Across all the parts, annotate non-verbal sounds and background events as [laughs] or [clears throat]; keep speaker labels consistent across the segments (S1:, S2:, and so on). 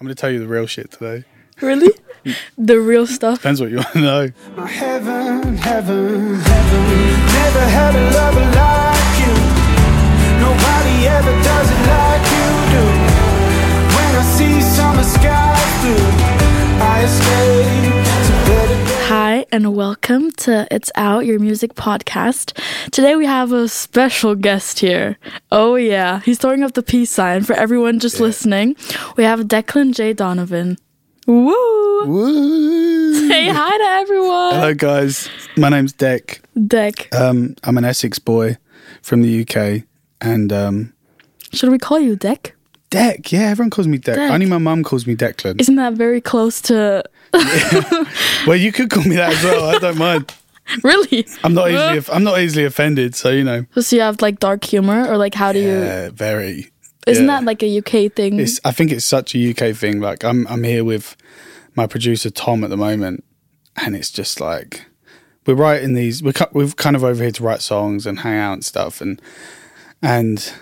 S1: I'm going to tell you the real shit today.
S2: Really? the real stuff.
S1: Depends what you want to know.
S3: My heaven, heaven, heaven. Never had a lover like you. Nobody ever does it like you do. When I see summer skies blue, I escape to better days.
S2: Hi, and welcome to It's Out, your music podcast. Today we have a special guest here. Oh, yeah. He's throwing up the peace sign for everyone just listening. We have Declan J. Donovan. Woo!
S1: Woo!
S2: Say hi to everyone.
S1: Hello, guys. My name's Deck.
S2: Dec.
S1: Um, I'm an Essex boy from the UK. And um,
S2: Should we call you Dec?
S1: Deck, yeah, everyone calls me Deck.
S2: Deck.
S1: Only my mum calls me Declan.
S2: Isn't that very close to. [laughs]
S1: well, you could call me that as well. I don't mind.
S2: really?
S1: I'm
S2: [laughs]
S1: not easily. Off- I'm not easily offended. So you know.
S2: So you have like dark humor, or like how do you.
S1: Yeah, very.
S2: Isn't
S1: yeah.
S2: that like a UK thing?
S1: It's, I think it's such a UK thing. Like I'm, I'm here with my producer Tom at the moment, and it's just like we're writing these. We're cu- we've kind of over here to write songs and hang out and stuff, and and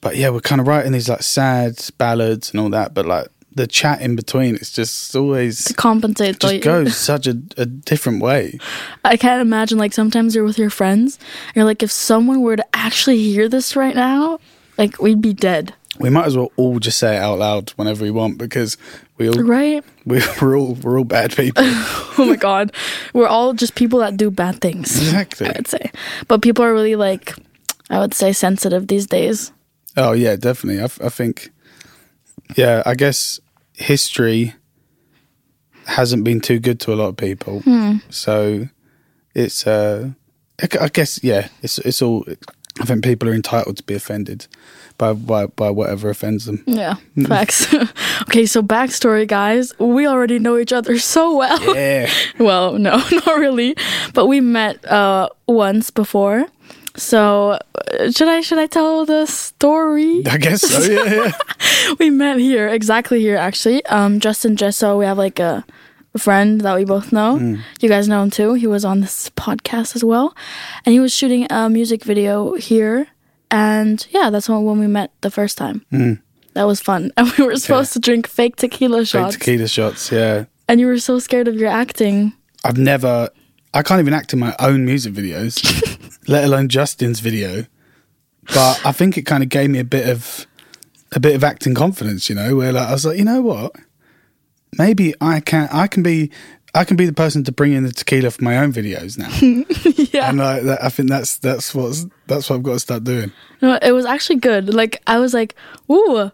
S1: but yeah, we're kind of writing these like sad ballads and all that. But like the chat in between, it's just always
S2: to compensate.
S1: just
S2: like-
S1: goes such a, a different way.
S2: I can't imagine like sometimes you're with your friends and you're like if someone were to actually hear this right now, like we'd be dead.
S1: We might as well all just say it out loud whenever we want because we all
S2: Right? [laughs]
S1: we're all we're all bad people.
S2: Oh my god. We're all just people that do bad things,
S1: exactly.
S2: I'd say. But people are really like I would say sensitive these days.
S1: Oh yeah, definitely. I, f- I think, yeah, I guess history hasn't been too good to a lot of people. So it's, uh, I g- I guess, yeah, it's it's all. I think people are entitled to be offended by by, by whatever offends them.
S2: Yeah. [laughs] Facts. okay, so backstory guys, we already know each other so well.
S1: Yeah,
S2: [laughs] Well, no, [laughs] not really. But we met uh once before. So uh, should I should I tell the story?
S1: I guess so. Yeah, yeah.
S2: we met here exactly here actually um justin jesso we have like a friend that we both know you guys know him too he was on this podcast as well and he was shooting a music video here and yeah that's when, when we met the first time that was fun [laughs] and we were supposed to drink fake tequila
S1: Big
S2: shots
S1: tequila shots. Yeah,
S2: and you were so scared of your acting
S1: I've never. I can't even act in my own music
S2: [laughs]
S1: videos, let alone Justin's video. But I think it kind of gave me a bit of a bit of acting confidence, you know, where like, I was like, you know what, maybe I can I can be I can be the person to bring in the tequila for my own videos now.
S2: [laughs] yeah
S1: and like, that, I think that's that's what's that's what I've got to start doing.
S2: No, it was actually good. Like I was like, "Ooh,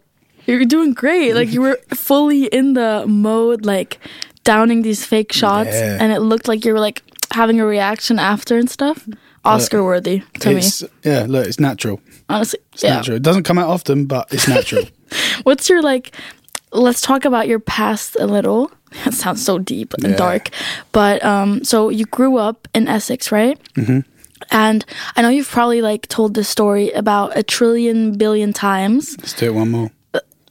S2: you're doing great!" Like you
S1: [laughs]
S2: were fully in the mode, like downing these fake shots,
S1: Yeah.
S2: and it looked like you were like having a reaction after and stuff. Oscar worthy to me,
S1: Uh, it's yeah, look, it's natural.
S2: honestly.
S1: It's
S2: Yeah.
S1: natural. It doesn't come out often, but it's
S2: [laughs]
S1: natural.
S2: What's your like? Let's talk about your past a little. [laughs] That sounds so deep and
S1: Yeah.
S2: dark, but um, so you grew up in Essex, right? Mm-hmm. And I know you've probably like told this story about a trillion billion times.
S1: Let's do it one more.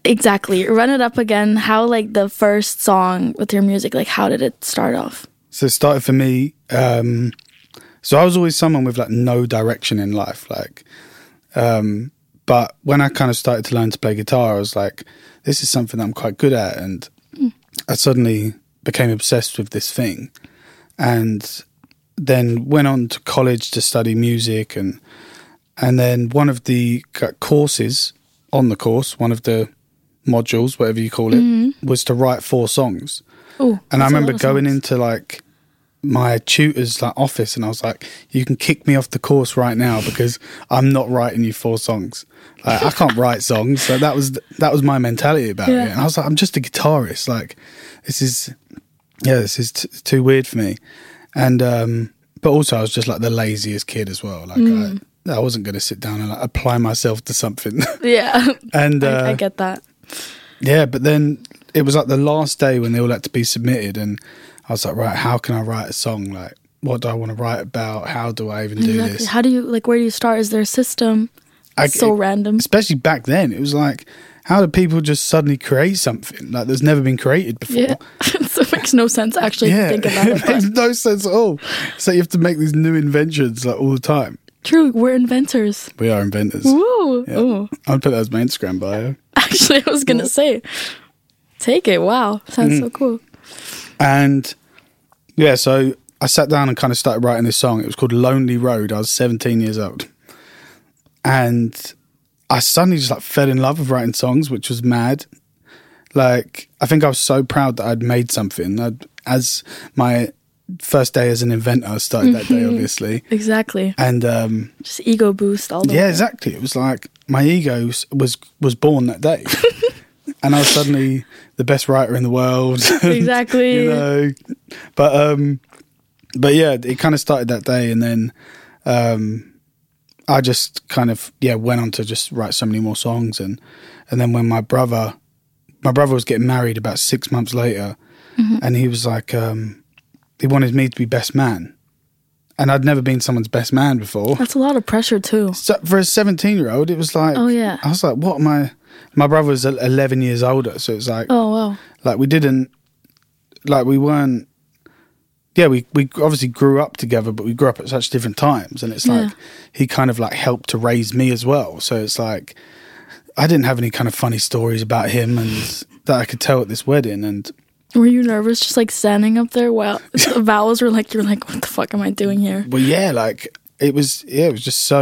S2: Exactly. Run it up again. How like the first song with your music, like how did it start off?
S1: So it started for me. Um, so I was always someone with like no direction in life, like. Um, but when I kind of started to learn to play guitar, I was like, this is something that I'm quite good at, and I suddenly became obsessed with this thing, and then went on to college to study music, and and then one of the c- courses on the course, one of the modules, whatever you call it, was to write four songs.
S2: Oh,
S1: And I remember going into like my tutor's like office, and I was like, "You can kick me off the course right now because I'm not writing you four songs. Like, I can't write songs." So that was that was my mentality about
S2: Yeah.
S1: it. And I was like, "I'm just a guitarist. Like, this is yeah, this is t- too weird for me." And um, but also, I was just like the laziest kid as well. Like,
S2: Mm.
S1: I, I wasn't going to sit down and like, apply myself to something. [laughs]
S2: Yeah, [laughs]
S1: and uh,
S2: I, I get that.
S1: yeah, but then it was like the last day when they all had to be submitted, and I was like, right, how can I write a song? Like, what do I want to write about? How do I even do
S2: Exactly.
S1: this?
S2: How do you like? Where do you start? Is there a system?
S1: I-
S2: so random.
S1: Especially back then, it was like, how do people just suddenly create something like that's never been created before?
S2: [laughs] Yeah, [laughs] so it makes no sense actually.
S1: Yeah, [laughs]
S2: Think about it.
S1: it makes
S2: but-
S1: no sense at all. So you have to make these new inventions like all the time.
S2: True, we're inventors.
S1: We are inventors.
S2: Woo! [laughs]
S1: Yeah.
S2: Oh,
S1: I'd put that as my Instagram bio.
S2: actually, I was gonna say, Take it. Wow. Sounds
S1: Mm.
S2: so cool.
S1: And yeah, so I sat down and kind of started writing this song. It was called Lonely Road. I was 17 years old. And I suddenly just like fell in love with writing songs, which was mad. Like, I think I was so proud that I'd made something. I'd, as my first day as an inventor I started that day, obviously.
S2: Exactly.
S1: And um,
S2: Just ego boost all the
S1: yeah,
S2: way.
S1: exactly. It was like my ego s- was was born that [laughs] day. and I was suddenly the best writer in the world.
S2: [laughs] Exactly.
S1: you know. But um but yeah, it kind of started that day and then um I just kind of yeah, went on to just write so many more songs and and then when my brother my brother was getting married about 6 months later
S2: Mm-hmm.
S1: and he was like um he wanted me to be best man. And I'd never been someone's best man before
S2: That's a lot of pressure too.
S1: so for a 17 year old it was like
S2: Oh, yeah.
S1: i was like what am i my brother was 11 years older so it's like
S2: Oh wow.
S1: like we didn't like we weren't yeah we, we obviously grew up together but we grew up at such different times and it's like
S2: Yeah.
S1: he kind of like helped to raise me as well so it's like i didn't have any kind of funny stories about him and that i could tell at this wedding and
S2: Were you nervous just like standing up there?
S1: [laughs]
S2: Wow. The vowels were like you're like, what the fuck am I doing here?
S1: Well, yeah, like it was. Yeah, it was just so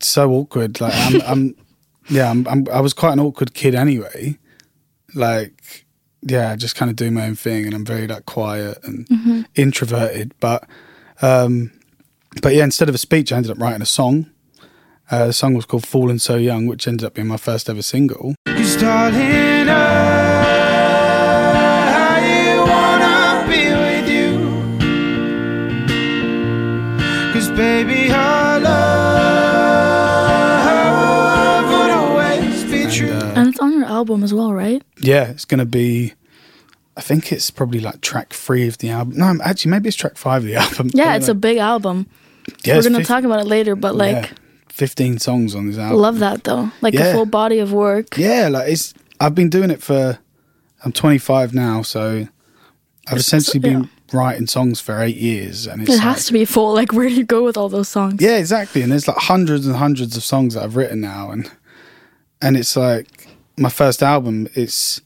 S1: so awkward. Like I'm, [laughs] I'm yeah, I'm, I'm. I was quite an awkward kid anyway. Like yeah, I just kind of do my own thing, and I'm very like quiet and introverted. But um, but yeah, instead of a speech, I ended up writing a song. Uh, the song was called "Fallen So Young," which ended up being my first ever single.
S3: Cause darling, I wanna be with you. Cause baby, our love would always be true.
S2: And it's on your album as well, right?
S1: Yeah, it's gonna be. I think it's probably like track three of the album. No, actually, maybe it's track five of the [laughs] album.
S2: Yeah, it's a big album.
S1: Yeah,
S2: We're
S1: it's
S2: gonna
S1: 50
S2: talk about it later, but like
S1: Yeah. 15 songs on this album.
S2: love that though. Like
S1: Yeah.
S2: a full body of work.
S1: Yeah, like it's I've been doing it for I'm 25 now, so I've essentially been writing songs for 8 years and it's
S2: It
S1: like,
S2: has to be full. Like where do you go with all those songs?
S1: Yeah, exactly. And there's like hundreds and hundreds of songs that I've written now and and it's like my first album it's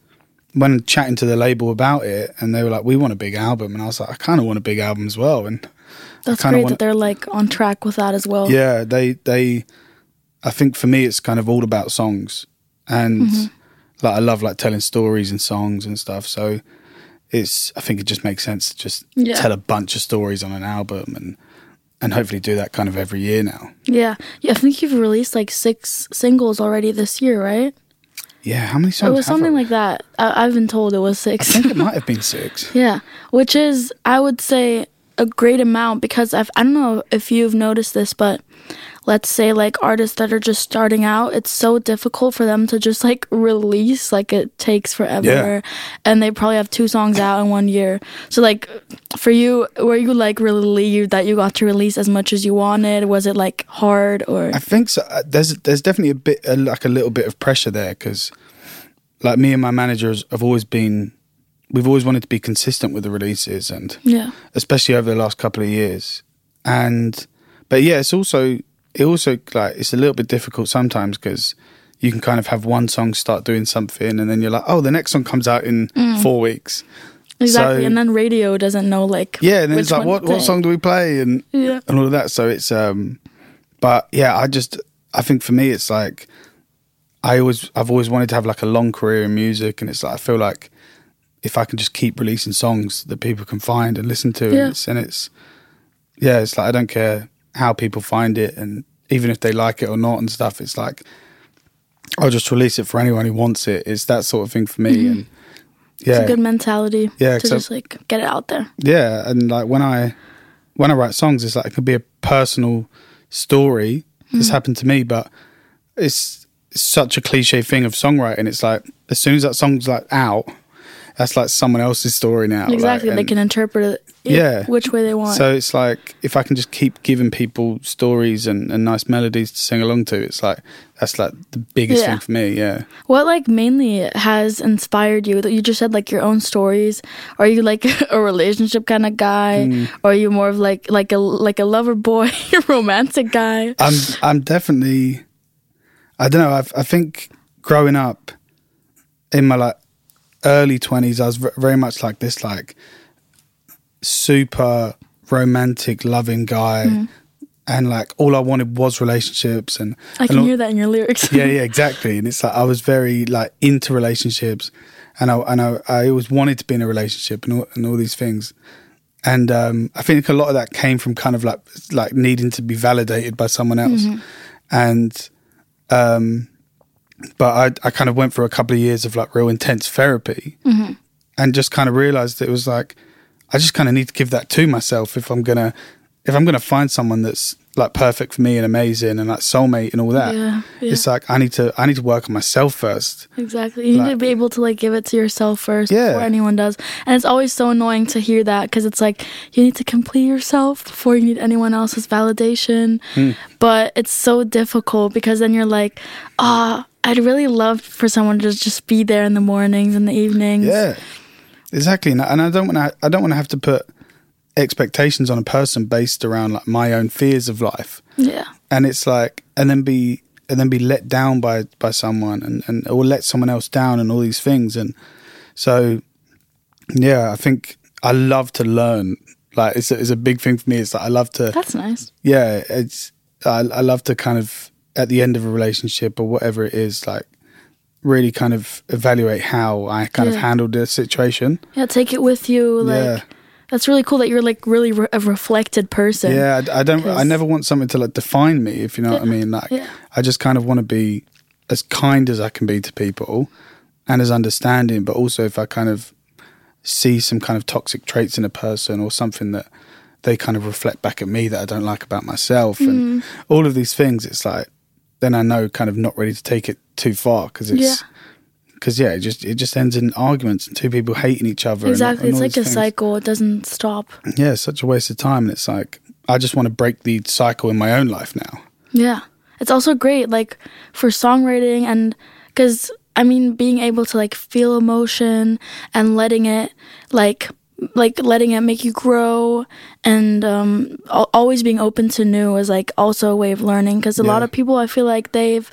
S1: when chatting to the label about it and they were like we want a big album and I was like I kind of want a big album as well and
S2: That's
S1: kinda
S2: great
S1: wanna-
S2: that they're like on track with that as well.
S1: yeah they they i think for me it's kind of all about songs and
S2: Mm-hmm.
S1: like i love like telling stories and songs and stuff so it's i think it just makes sense to just
S2: Yeah.
S1: tell a bunch of stories on an album and and hopefully do that kind of every year now
S2: Yeah. Yeah, I think you've released like six singles already this year, right?
S1: yeah how many songs
S2: It was
S1: have I
S2: something
S1: wrote?
S2: like that. I- I've been told it was six.
S1: i think it might have been six
S2: yeah, which is I would say a great amount because I've I don't know if you've noticed this, but let's say like artists that are just starting out, it's so difficult for them to just like release. Like it takes forever, and they probably have two songs out in one year. So like for you, were you like relieved that you got to release as much as you wanted? Was it like hard or
S1: I think so. Uh, There's there's definitely a bit uh, like a little bit of pressure there because, like me and my managers have always been, we've always wanted to be consistent with the releases and
S2: yeah?
S1: especially over the last couple of years. And but yeah, it's also it also like it's a little bit difficult sometimes because you can kind of have one song start doing something and then you're like, oh, the next song comes out in
S2: Mm.
S1: four weeks.
S2: Exactly,
S1: So-
S2: and then radio doesn't know like
S1: Yeah, and then it's
S2: which
S1: like,
S2: one
S1: what
S2: to
S1: what
S2: play.
S1: song do we play and
S2: Yeah.
S1: and all of that. So it's um, but yeah, I just I think for me it's like I always I've always wanted to have like a long career in music, and it's like I feel like if I can just keep releasing songs that people can find and listen to, and,
S2: Yeah.
S1: it's, and it's yeah, it's like I don't care how people find it, and even if they like it or not and stuff, it's like I'll just release it for anyone who wants it. It's that sort of thing for me, and yeah,
S2: Mm-hmm. It's a good mentality
S1: Yeah,
S2: to
S1: except-
S2: just like get it out there.
S1: yeah and like when i when i write songs it's like it could be a personal story this
S2: Hmm.
S1: happened to me but it's, it's such a cliche thing of songwriting it's like as soon as that song's like out that's like someone else's story now like,
S2: Exactly, they
S1: and
S2: can interpret it e-,
S1: Yeah.
S2: which way they want.
S1: so it's like if i can just keep giving people stories and, and nice melodies to sing along to it's like that's like the biggest
S2: Yeah.
S1: thing for me yeah
S2: what like mainly has inspired you? That You just said like your own stories. Are you like [laughs] a relationship kind of guy,
S1: Hmm.
S2: or are you more of like like a like a lover boy, [laughs] romantic guy?
S1: I'm I'm definitely I don't know I've, I think growing up in my like early 20s, I was v- very much like this, like super romantic, loving guy. And like all I wanted was relationships and
S2: I can
S1: and all-
S2: hear that in your
S1: [laughs]
S2: lyrics.
S1: yeah, yeah, exactly. And it's like I was very like into relationships, and I and I, I always wanted to be in a relationship and all, and all these things. And um, I think a lot of that came from kind of like like needing to be validated by someone else, and um, but I I kind of went through a couple of years of like real intense therapy,
S2: Mm-hmm.
S1: and just kind of realized that it was like I just kind of need to give that to myself if I'm gonna if I'm gonna find someone that's like perfect for me and amazing and like soulmate and all that.
S2: Yeah, yeah.
S1: It's like I need to I need to work on myself first.
S2: Exactly. You need to
S1: Like-
S2: be able to like give it to yourself first
S1: Yeah.
S2: before anyone does. And it's always so annoying to hear that because it's like you need to complete yourself before you need anyone else's validation.
S1: Hmm.
S2: But it's so difficult because then you're like, ah, I'd really love for someone to just be there in the mornings and the evenings.
S1: Yeah, exactly. And I, and I don't want to I don't want to have to put expectations on a person based around like my own fears of life.
S2: Yeah.
S1: and it's like and then be and then be let down by by someone and and or let someone else down and all these things and so yeah i think i love to learn like it's a, it's a big thing for me it's like i love to
S2: That's nice.
S1: yeah it's I, I love to kind of at the end of a relationship or whatever it is like really kind of evaluate how i kind of
S2: Yeah.
S1: handled the situation
S2: Yeah, take it with you. Like,
S1: Yeah.
S2: that's really cool that you're like really re- a reflected person.
S1: Yeah, I, I don't. I
S2: 'Cause-
S1: never want something to like define me. If you know what I mean, like
S2: yeah.
S1: I just kind of want to be as kind as I can be to people, and as understanding. But also, if I kind of see some kind of toxic traits in a person or something that they kind of reflect back at me that I don't like about myself, and
S2: Mm.
S1: all of these things, it's like then I know kind of not ready to take it too far because
S2: Yeah.
S1: it's. Because yeah, it just it just ends in arguments and two people hating each other. and- and
S2: Exactly. It's
S1: all
S2: like a
S1: these things
S2: cycle. It doesn't stop.
S1: yeah, it's such a waste of time. And it's like, I just want to break the cycle in my own life now.
S2: Yeah. It's also great, like, for songwriting and because, I mean, being able to, like, feel emotion and letting it, like, like letting it make you grow and um, al- always being open to new is like also a way of learning because a lot
S1: Yeah.
S2: of people i feel like they've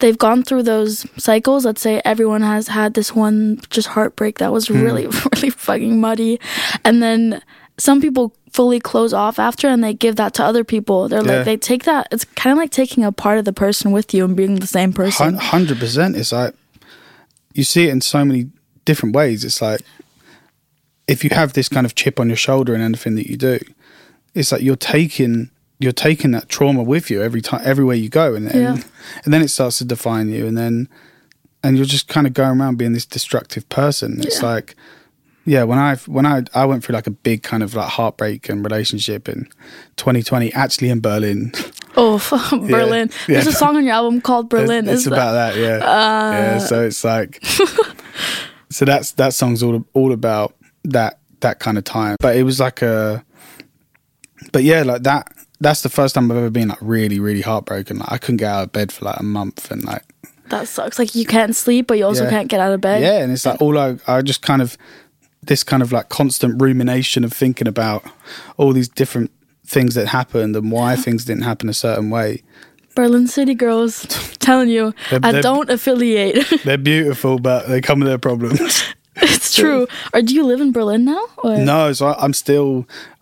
S2: they've gone through those cycles let's say everyone has had this one just heartbreak that
S1: Hmm.
S2: was really [laughs] really fucking muddy and then some people fully close off after and they give that to other people they're
S1: Yeah.
S2: like they take that it's kind of like taking a part of the person with you and being the same person
S1: Hun- 100%. It's like, you see it in so many different ways. It's like, if you have this kind of chip on your shoulder in anything that you do, it's like you're taking you're taking that trauma with you every time everywhere you go and then
S2: Yeah.
S1: and then it starts to define you and then and you're just kind of going around being this destructive person it's
S2: Yeah.
S1: like yeah when i when i i went through like a big kind of like heartbreak and relationship in 2020 actually in berlin
S2: [laughs] oh [laughs] berlin
S1: Yeah.
S2: there's a song on your album called berlin
S1: It's, it's
S2: Is that-
S1: about that, Uh, yeah. yeah. So it's like, [laughs] so that's that song's all all about that that kind of time. But it was like a, but yeah, like that. That's the first time I've ever been like really, really heartbroken. Like I couldn't get out of bed for like a month, and like
S2: that sucks like you can't sleep but you also
S1: Yeah.
S2: can't get out of bed
S1: yeah, and it's like all I, I just kind of this kind of like constant rumination of thinking about all these different things that happened and [laughs] why things didn't happen a certain way.
S2: berlin city
S1: [laughs]
S2: girls telling you
S1: They're-
S2: i
S1: they're-
S2: don't affiliate [laughs]
S1: They're beautiful, but they come with their problems.
S2: It's true. Or do you live in Berlin now? Or?
S1: No, so I, I'm still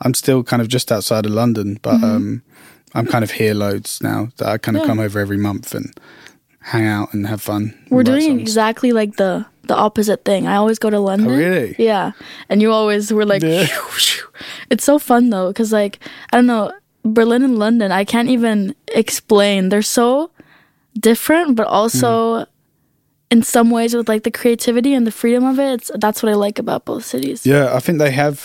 S1: I'm still kind of just outside of London, but um, I'm kind of here loads now. That I kind of
S2: Mm-hmm. Yeah.
S1: come over every month and hang out and have fun. and
S2: We're
S1: write
S2: doing
S1: songs.
S2: exactly like the the opposite thing. I always go to London.
S1: Oh, really?
S2: Yeah. And you always were like,
S1: Yeah.
S2: [laughs] it's so fun though, because like I don't know, Berlin and London. I can't even explain. They're so different, but
S1: Hmm.
S2: also in some ways with like the creativity and the freedom of it. It's, that's what I like about both cities.
S1: Yeah, I think they have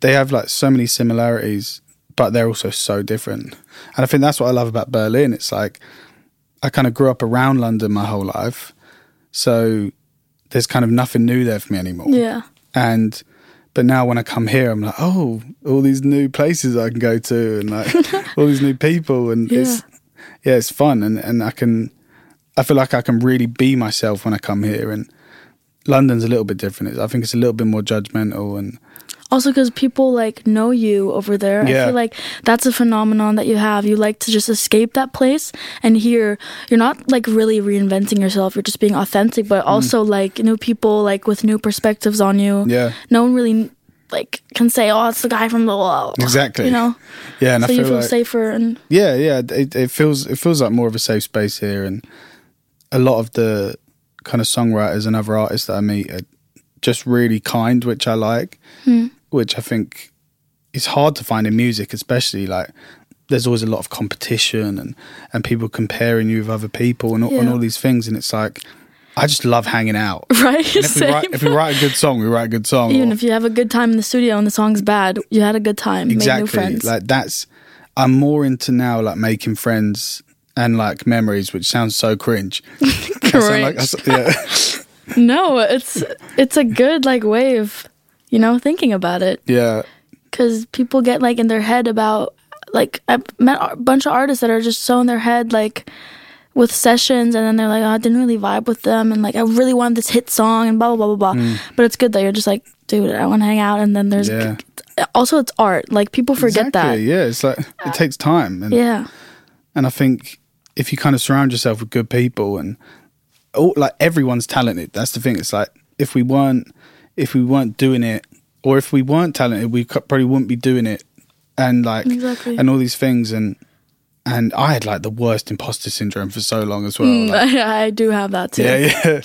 S1: they have like so many similarities, but they're also so different. And I think that's what I love about Berlin. It's like I kind of grew up around London my whole life, so there's kind of nothing new there for me anymore.
S2: Yeah.
S1: and but now when I come here, I'm like, oh, all these new places I can go to, and
S2: [laughs]
S1: like all these new people, and it's yeah, it's fun, and and I can, I feel like I can really be myself when I come here, and London's a little bit different. It's- I think it's a little bit more judgmental and
S2: Also, because people like know you over there. I
S1: Yeah.
S2: feel like that's a phenomenon that you have. You like to just escape that place, and here you're not like really reinventing yourself. You're just being authentic,
S1: Mm.
S2: but also like new people, like with new perspectives on you.
S1: yeah,
S2: No one really like can say, "Oh, it's the guy from the wall."
S1: Exactly.
S2: You know,
S1: yeah. And
S2: so
S1: I
S2: you
S1: feel,
S2: feel
S1: like,
S2: safer and [laughs]
S1: yeah, yeah. It, it feels it feels like more of a safe space here, and a lot of the kind of songwriters and other artists that I meet are just really kind, which I like,
S2: Hmm.
S1: which I think is hard to find in music, especially like there's always a lot of competition and and people comparing you with other people and, all and
S2: Yeah.
S1: all these things, and it's like I just love hanging out.
S2: right.
S1: And if we,
S2: [laughs] Same.
S1: write, if we write a good song, we write a good song.
S2: Even
S1: or-
S2: if you have a good time in the studio and the song's bad, you had a good time, made new friends.
S1: Like that's I'm more into now like making friends and like memories, which sounds so cringe. I
S2: [laughs]
S1: sound like- I s- yeah, [laughs]
S2: no, it's it's a good like way of you know thinking about it.
S1: yeah,
S2: because people get like in their head about like I've met a bunch of artists that are just so in their head like with sessions and then they're like oh, I didn't really vibe with them and like I really wanted this hit song and blah blah blah blah blah. But it's good that you're just like dude I want to hang out and then there's
S1: Mm. Yeah.
S2: also it's art like people forget
S1: Exactly, Yeah, it's like it takes time, and
S2: that yeah
S1: and I think if you kind of surround yourself with good people and all, like everyone's talented. That's the thing. It's like if we weren't if we weren't doing it, or if we weren't talented, we co- probably wouldn't be doing it. And like
S2: Exactly.
S1: and all these things and. And I had like the worst imposter syndrome for so long as well. like,
S2: [laughs] I do have that too [laughs]
S1: Yeah, yeah.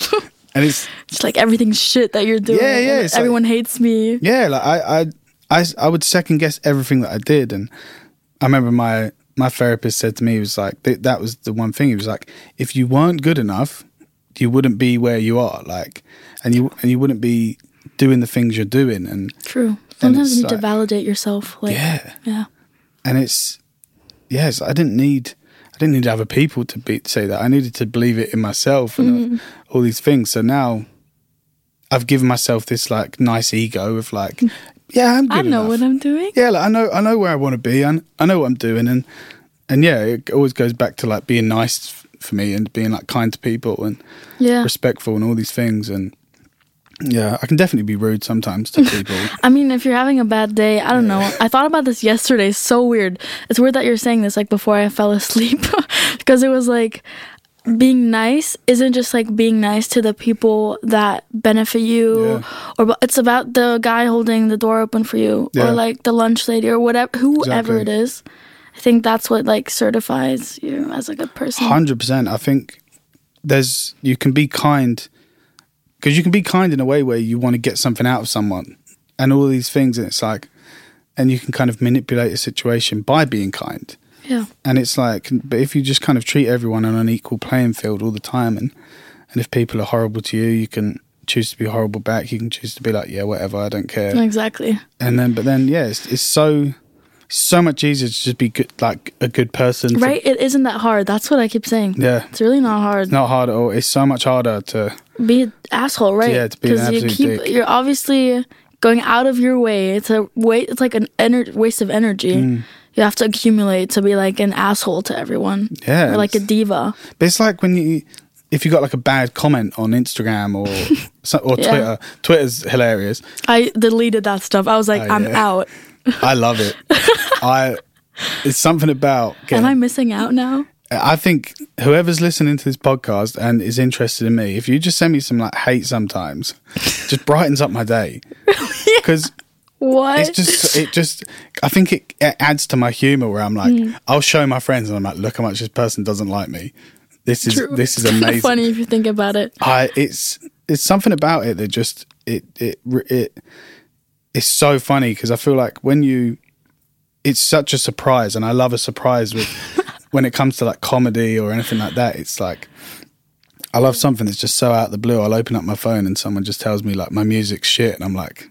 S1: and it's
S2: it's like everything's shit that you're doing
S1: Yeah, yeah,
S2: and
S1: it's like-
S2: everyone hates me
S1: yeah, like I, I, I, I would second guess everything that I did, and I remember my my therapist said to me, he was like, th- that was the one thing. He was like, if you weren't good enough, you wouldn't be where you are, like, and you and you wouldn't be doing the things you're doing, and
S2: true sometimes
S1: it's
S2: you need to
S1: like-
S2: validate yourself like
S1: yeah,
S2: yeah
S1: and it's yes, I didn't need. I didn't need other people to be, say that. I needed to believe it in myself
S2: Mm-hmm.
S1: and all these things. So now, I've given myself this like nice ego of like,
S2: [laughs]
S1: yeah, I'm good
S2: I know
S1: enough.
S2: what I'm doing
S1: yeah, like, I know I know where I want to be, and I know what I'm doing, and and yeah, it always goes back to like being nice f- for me and being like kind to people and
S2: yeah
S1: respectful and all these things, and yeah, I can definitely be rude sometimes
S2: [laughs]
S1: to people.
S2: I mean, if you're having a bad day, I don't know. I thought about this yesterday. It's so weird. It's weird that you're saying this like before I fell asleep [laughs] because it was like being nice isn't just like being nice to the people that benefit you or but it's about the guy holding the door open for you
S1: Yeah.
S2: or like the lunch lady or whatever whoever
S1: Exactly.
S2: it is. I think that's what like certifies you as a good person.
S1: Hundred percent. I think there's you can be kind because you can be kind in a way where you want to get something out of someone and all these things, and it's like, and you can kind of manipulate a situation by being kind.
S2: yeah.
S1: and it's like but if you just kind of treat everyone on an equal playing field all the time and and if people are horrible to you you can choose to be horrible back you can choose to be like yeah whatever i don't care
S2: Exactly.
S1: and then but then yeah it's, it's so so much easier to just be good like a good person for-
S2: Right? It isn't that hard. That's what I keep saying.
S1: yeah
S2: It's really not hard.
S1: not hard at all it's so much harder to
S2: be an asshole, right?
S1: Yeah, to be an
S2: you
S1: absolute
S2: keep
S1: dick.
S2: you're obviously going out of your way. It's a wait. It's like an ener- waste of energy.
S1: Mm.
S2: You have to accumulate to be like an asshole to everyone.
S1: Yeah,
S2: or like a
S1: it's-
S2: diva.
S1: but it's like when you if you got like a bad comment on instagram
S2: [laughs]
S1: or so- or
S2: Yeah.
S1: twitter twitter's hilarious
S2: I deleted that stuff. I was like,
S1: Oh,
S2: I'm
S1: yeah. [laughs]
S2: out.
S1: i love
S2: [laughs]
S1: it i it's something about
S2: Am
S1: getting
S2: I missing out now?
S1: I think whoever's listening to this podcast and is interested in me, if you just send me some like hate sometimes, just brightens up my day
S2: [laughs]
S1: because
S2: What?
S1: it's just it just I think it, it adds to my humor where I'm like
S2: Mm.
S1: I'll show my friends and I'm like look how much this person doesn't like me. This is
S2: [laughs] True.
S1: this is
S2: It's [laughs] kinda
S1: amazing.
S2: funny if you think about it.
S1: I it's it's something about it that just it it it it's so funny because I feel like when you it's such a surprise and I love a surprise with when it comes to like comedy or anything like that it's like I love something that's just so out of the blue I'll open up my phone and someone just tells me like my music's shit and I'm like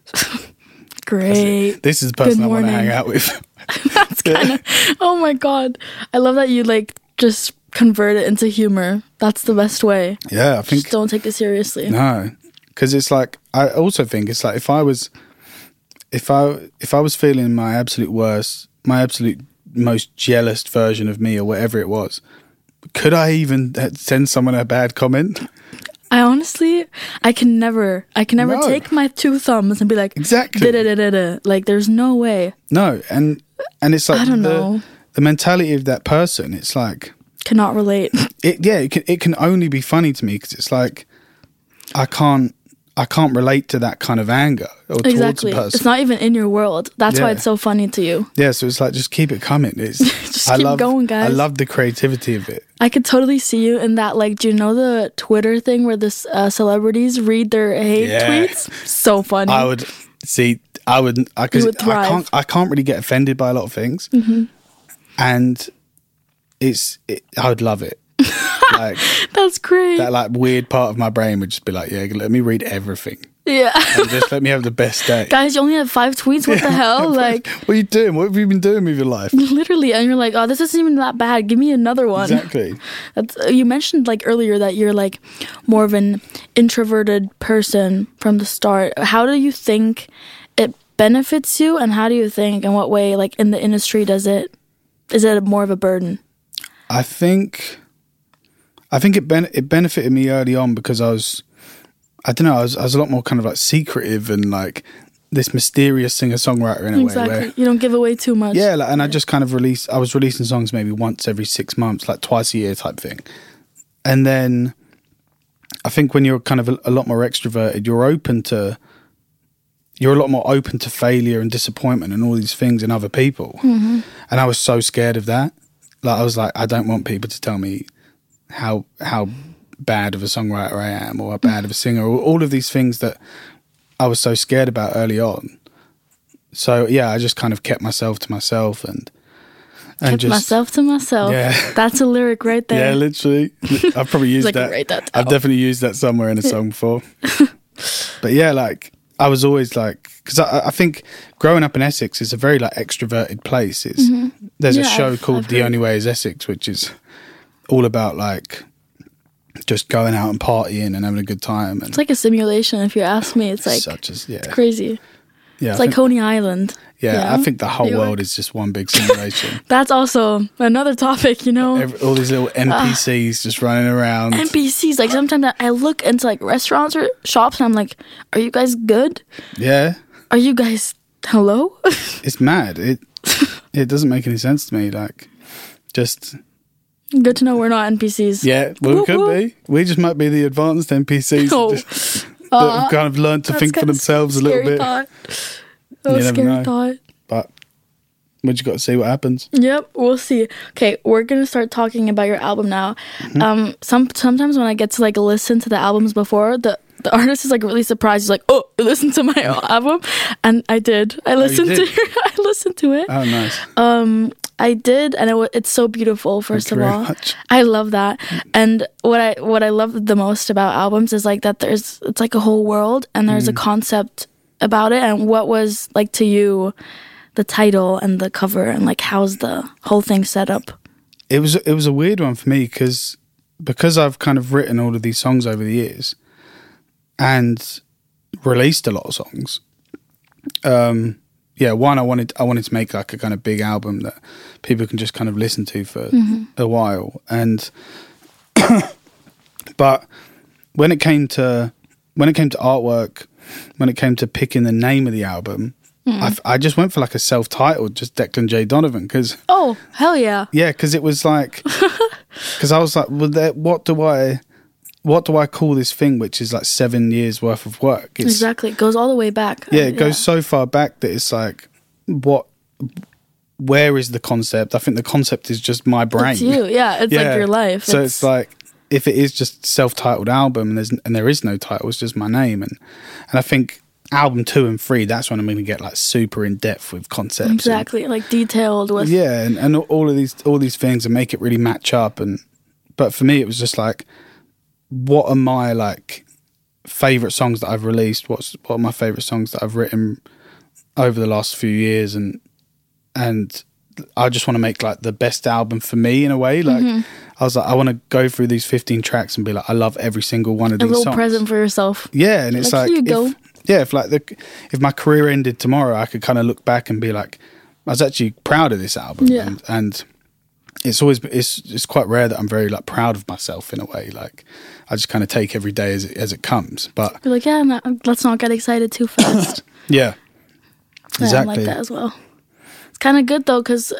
S2: Great.
S1: this is the person I want to
S2: morning.
S1: hang out with [laughs]
S2: [laughs] That's kind of. oh my god! I love that you like just convert it into humor. That's the best way.
S1: yeah I think
S2: Just don't take it seriously.
S1: No, because it's like I also think it's like if I was, if I if I was feeling my absolute worst, my absolute most jealous version of me or whatever it was, could I even send someone a bad comment?
S2: I honestly, I can never, I can never
S1: No.
S2: take my two thumbs and be like,
S1: Exactly.
S2: "Da-da-da-da-da." Like, there's no way.
S1: No, and and it's like
S2: I don't
S1: the,
S2: know.
S1: the mentality of that person. It's like [laughs]
S2: Cannot relate.
S1: it. Yeah, it can, it can only be funny to me because it's like I can't I can't relate to that kind of anger or
S2: exactly.
S1: towards a
S2: It's
S1: person.
S2: not even in your world. That's why
S1: Yeah.
S2: it's so funny to you.
S1: yeah, so it's like just keep it coming. It's
S2: [laughs] Just
S1: I
S2: keep
S1: love,
S2: going,
S1: I
S2: guys.
S1: love the creativity of it.
S2: I could totally see you in that. Like, do you know the Twitter thing where this uh, celebrities read their hate
S1: Yeah.
S2: tweets? So funny.
S1: I would see. I would. I, cause
S2: You would
S1: I
S2: thrive. Mm-hmm.
S1: can't. I can't really get offended by a lot of things, and it's. It, I would love
S2: [laughs]
S1: it. like
S2: [laughs] That's great.
S1: that, like weird part of my brain would just be like, yeah, let me read everything.
S2: yeah. [laughs]
S1: And just let me have the best day.
S2: Guys, you only have five tweets. What
S1: [laughs]
S2: the hell? Like,
S1: what are you doing? What have you been doing with your
S2: [laughs]
S1: life?
S2: literally. And you're like, oh, this isn't even that bad. Give me another one.
S1: exactly.
S2: That's, uh, you mentioned like earlier that you're like more of an introverted person from the start. How do you think it benefits you, and how do you think, in what way, like in the industry, does it is it more of a burden?
S1: I think, I think it ben- it benefited me early on because I was, I don't know, I was, I was a lot more kind of like secretive and like this mysterious singer songwriter in a way. Where,
S2: You don't give away too much.
S1: Yeah, like, and I just kind of released. I was releasing songs maybe once every six months, like twice a year type thing. And then, I think when you're kind of a, a lot more extroverted, you're open to, you're a lot more open to failure and disappointment and all these things in other people. And I was so scared of that. Like I was like, I don't want people to tell me how how bad of a songwriter I am or how bad of a singer or all of these things that I was so scared about early on. So yeah, I just kind of kept myself to myself and and
S2: Kept
S1: just
S2: myself to myself.
S1: Yeah.
S2: [laughs] That's a lyric right
S1: yeah,
S2: there.
S1: literally. I've probably used
S2: [laughs] Like,
S1: that.
S2: write that
S1: I've
S2: down.
S1: definitely used that somewhere in a song
S2: [laughs]
S1: before. but yeah, like I was always like because I, I think growing up in Essex is a very like extroverted place. It's there's
S2: Mm-hmm. Yeah,
S1: a show
S2: I've-
S1: called
S2: I've
S1: The
S2: heard.
S1: Only Way Is Essex, which is all about like just going out and partying and having a good time and
S2: it's like a simulation. If you ask me, it's like
S1: such as yeah,
S2: crazy.
S1: yeah. I
S2: It's like
S1: think-
S2: Coney Island.
S1: yeah,
S2: you
S1: I
S2: know?
S1: think the whole
S2: New York.
S1: world is just one big simulation.
S2: That's also another topic. You know.
S1: Every, all these
S2: [laughs]
S1: little
S2: Ah.
S1: NPCs just running around.
S2: NPCs. Like sometimes I- I look into like restaurants or shops and I'm like, are you guys good?
S1: yeah.
S2: Are you guys hello? [laughs]
S1: it's mad. It it doesn't make any sense to me. Like, just
S2: good to know we're not NPCs.
S1: yeah, well, we
S2: Whoop,
S1: could
S2: whoop.
S1: be. We just might be the advanced NPCs
S2: [laughs] [laughs] Oh, uh,
S1: that just- that have kind of learned to
S2: that's
S1: think for
S2: kind of
S1: themselves a
S2: scary
S1: little bit.
S2: Thought. That was
S1: You never
S2: scary
S1: know.
S2: thought.
S1: But we just got to see what
S2: [laughs]
S1: happens.
S2: Yep, we'll see. Okay, we're gonna start talking about your album now.
S1: Mm-hmm.
S2: Um, some sometimes when I get to like listen to the albums before, the the artist is like really surprised. He's like, "Oh, you listened to my [laughs] album," and I did. I listened
S1: Oh, did?
S2: to [laughs] I listened to it.
S1: Oh, nice.
S2: I did, and it, wa- it's so beautiful. First
S1: you
S2: of
S1: very
S2: all,
S1: much. Mm.
S2: I love that. And what I what I love the most about albums is like that there's it's like a whole world, and there's
S1: Mm.
S2: a concept about it. And what was like to you, the title and the cover, and like how's the whole thing set up?
S1: it was it was a weird one for me because because I've kind of written all of these songs over the years and released a lot of songs. Um, yeah, one I wanted I wanted to make like a kind of big album that people can just kind of listen to for a while, and [coughs] but when it came to when it came to artwork, when it came to picking the name of the album, I f I I just went for like a self-titled, just Declan J Donovan because.
S2: Oh hell yeah!
S1: Yeah, because it was
S2: [laughs]
S1: like, because I was like, well, there, what do I, what do I call this thing which is like seven years worth of work? It's,
S2: Exactly, it goes all the way back.
S1: Yeah, it goes so far back that it's like, what, where is the concept? I think the concept is just my brain.
S2: It's you. Yeah, it's like your life.
S1: So it's, like if it is just self-titled album and there's and there is no title, it's just my name and and I think album two and three, that's when I'm going to get like super in depth with concepts. and-
S2: exactly like detailed with
S1: yeah and, and all of these all these things and make it really match up and but for me it was just like what are my like favorite songs that i've released what's what are my favorite songs that i've written over the last few years and and i just want to make like the best album for me in a way like
S2: Mm-hmm.
S1: i was like i want to go through these 15 tracks and be like i love every single one of
S2: a
S1: these
S2: little
S1: songs
S2: present for yourself.
S1: yeah, and it's like,
S2: Like, here you
S1: if,
S2: go.
S1: yeah, if like the if my career ended tomorrow, I could kind of look back and be like, I was actually proud of this album,
S2: Yeah.
S1: and, and it's always it's it's quite rare that I'm very like proud of myself in a way. Like I just kind of take every day as it, as it comes. But
S2: You're like, yeah, no, let's not get excited too
S1: [laughs]
S2: fast.
S1: yeah,
S2: Yeah, I'm
S1: Exactly.
S2: like that as well. It's kind of good though, because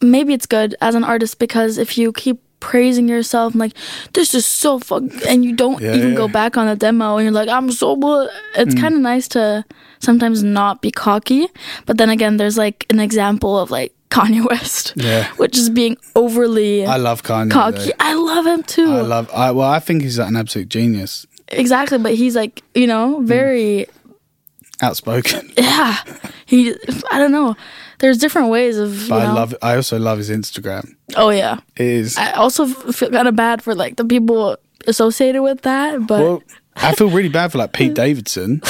S2: maybe it's good as an artist because if you keep praising yourself and like this is so fuck and you don't
S1: Yeah,
S2: even
S1: yeah,
S2: go
S1: yeah. Mm.
S2: back on the demo and you're like i'm so blah. it's kind of nice to sometimes not be cocky but then again there's like an example of like [laughs] kanye west
S1: Yeah.
S2: which is being overly
S1: I love Kanye.
S2: cocky
S1: though.
S2: i love him too
S1: I love. I well, I think he's like, an absolute genius.
S2: exactly but he's like you know
S1: Mm.
S2: very [laughs]
S1: Outspoken,
S2: yeah he i don't know there's different ways of
S1: but
S2: you
S1: I
S2: know-
S1: love. I also love his Instagram.
S2: oh yeah
S1: It is
S2: I also f- feel kind of bad for like the people associated with that, but
S1: well. I feel really bad for like
S2: [laughs]
S1: Pete Davidson.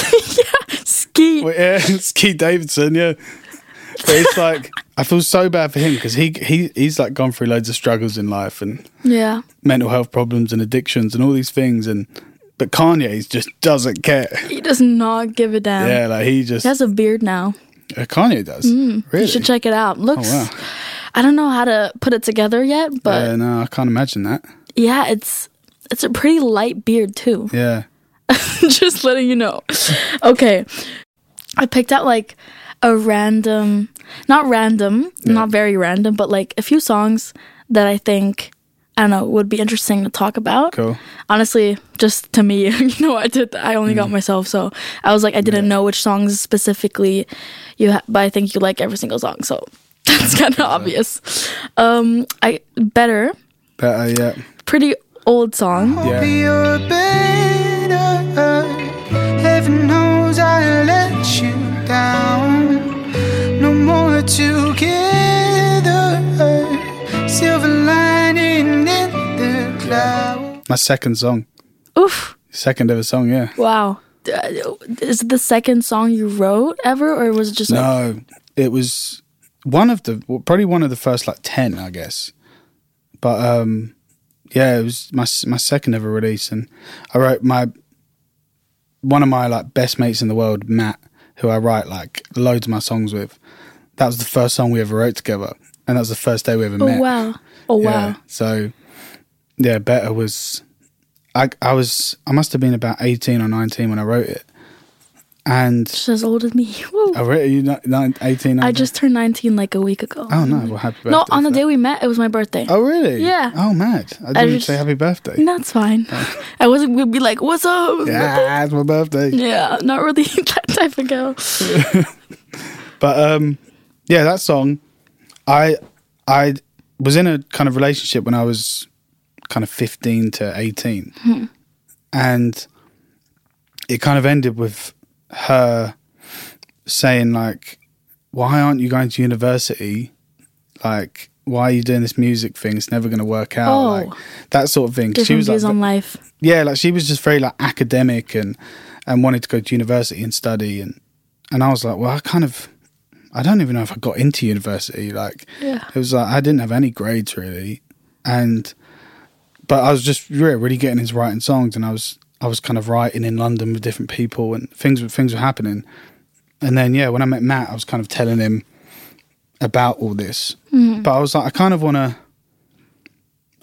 S2: ski.
S1: Well, yeah, [laughs] it's Keith Davidson. Yeah, but it's like I feel so bad for him because he he he's like gone through loads of struggles in life and
S2: Yeah,
S1: mental health problems and addictions and all these things and but Kanye just doesn't care.
S2: he does not give a damn.
S1: Yeah, like he just
S2: He has a beard now.
S1: Uh, Kanye does. really? Oh,
S2: You should check it out. Looks.
S1: wow. Uh,
S2: I don't know how to put it together yet, but
S1: Yeah, no, I can't imagine that.
S2: yeah, it's it's a pretty light beard too. [laughs]
S1: Yeah.
S2: Just letting you know. Okay, I picked out like a random, not random, not very random, but like a few songs that I think I don't know would be interesting to talk about.
S1: Cool.
S2: honestly, just to me, [laughs] you know, I did. I only
S1: Mm.
S2: got myself, so I was like, I didn't know which songs specifically you, ha- but I think you like every single song, so [laughs] that's kind of obvious. Um, I better
S1: Better, uh, yeah.
S2: pretty old song.
S1: Yeah.
S3: You're better. Heaven knows I let you down. No more together. Silver lining in the cloud.
S1: My second song.
S2: Oof!
S1: Second ever song, yeah.
S2: Wow, D- uh, is it the second song you wrote ever, or was it just like,
S1: No, Uh, it was one of the well, probably one of the first like ten, I guess. But um, yeah, it was my s- my second ever release, and I wrote my one of my like best mates in the world, Matt, who I write like loads of my songs with. That was the first song we ever wrote together, and that was the first day we ever
S2: oh
S1: met.
S2: wow, oh
S1: Yeah.
S2: wow,
S1: So yeah, better was I I was I must have been about eighteen or nineteen when I wrote it, and
S2: just as old as me. [laughs] Woo.
S1: I wrote you ni- nine- 18,
S2: I
S1: 19?
S2: just turned 19 like a week ago.
S1: Oh no! Well, happy birthday.
S2: no, Mm. on the
S1: for
S2: day
S1: that.
S2: we met, it was my birthday.
S1: Oh really?
S2: Yeah.
S1: Oh mad! I didn't
S2: just-
S1: say happy birthday.
S2: [laughs] And That's fine. I wasn't gonna be like, "What's up?"
S1: Oh. Yeah, it's my birthday.
S2: Yeah, not really [laughs] that type of girl.
S1: But um, yeah, that song, I I was in a kind of relationship when I was kind of fifteen to eighteen,
S2: Hmm.
S1: and it kind of ended with her saying like, "Why aren't you going to university? Like, why are you doing this music thing? It's never going to work out.
S2: Oh.
S1: Like that sort of thing."
S2: Different
S1: like,
S2: views on life.
S1: yeah, like she was just very like academic and and wanted to go to university and study and and I was like, well, I kind of I don't even know if I got into university. Like
S2: Yeah.
S1: it was like I didn't have any grades really, and but I was just yeah, really getting into writing songs and I was I was kind of writing in London with different people and things were things were happening, and then yeah, when I met Matt, I was kind of telling him about all this, but I was like, I kind of want to.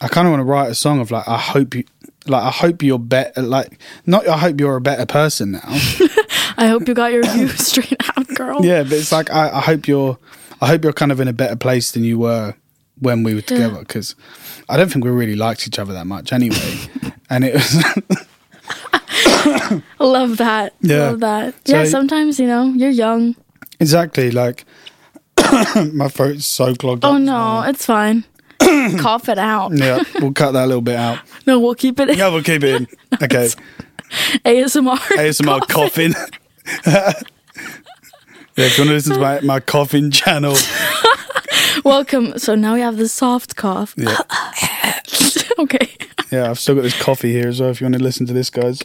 S1: I kind of want to write a song of like I hope you like I hope you're better like not I hope you're a better person [laughs] now.
S2: I hope you got your views [laughs] straight out, girl.
S1: yeah, but it's like I, I hope you're I hope you're kind of in a better place than you were when we were together because I don't think we really liked each other that much [laughs] anyway. and it was [laughs]
S2: I love that.
S1: Yeah.
S2: Love that.
S1: So-
S2: yeah, sometimes, you know, you're young.
S1: exactly like [coughs] my throat's so clogged
S2: Oh
S1: up.
S2: no, it's
S1: [coughs]
S2: fine. Cough it out.
S1: Yeah, we'll cut that a little bit out.
S2: No, we'll keep it in [laughs]
S1: No, we'll keep it [laughs] in. Okay.
S2: ASMR.
S1: ASMR coughing. [laughs] yeah, if you want to listen to my, my coughing channel.
S2: Welcome. So now we have the soft cough.
S1: Yeah.
S2: [laughs] okay.
S1: Yeah, I've still got this coffee here as well. If you want to listen to this, guys,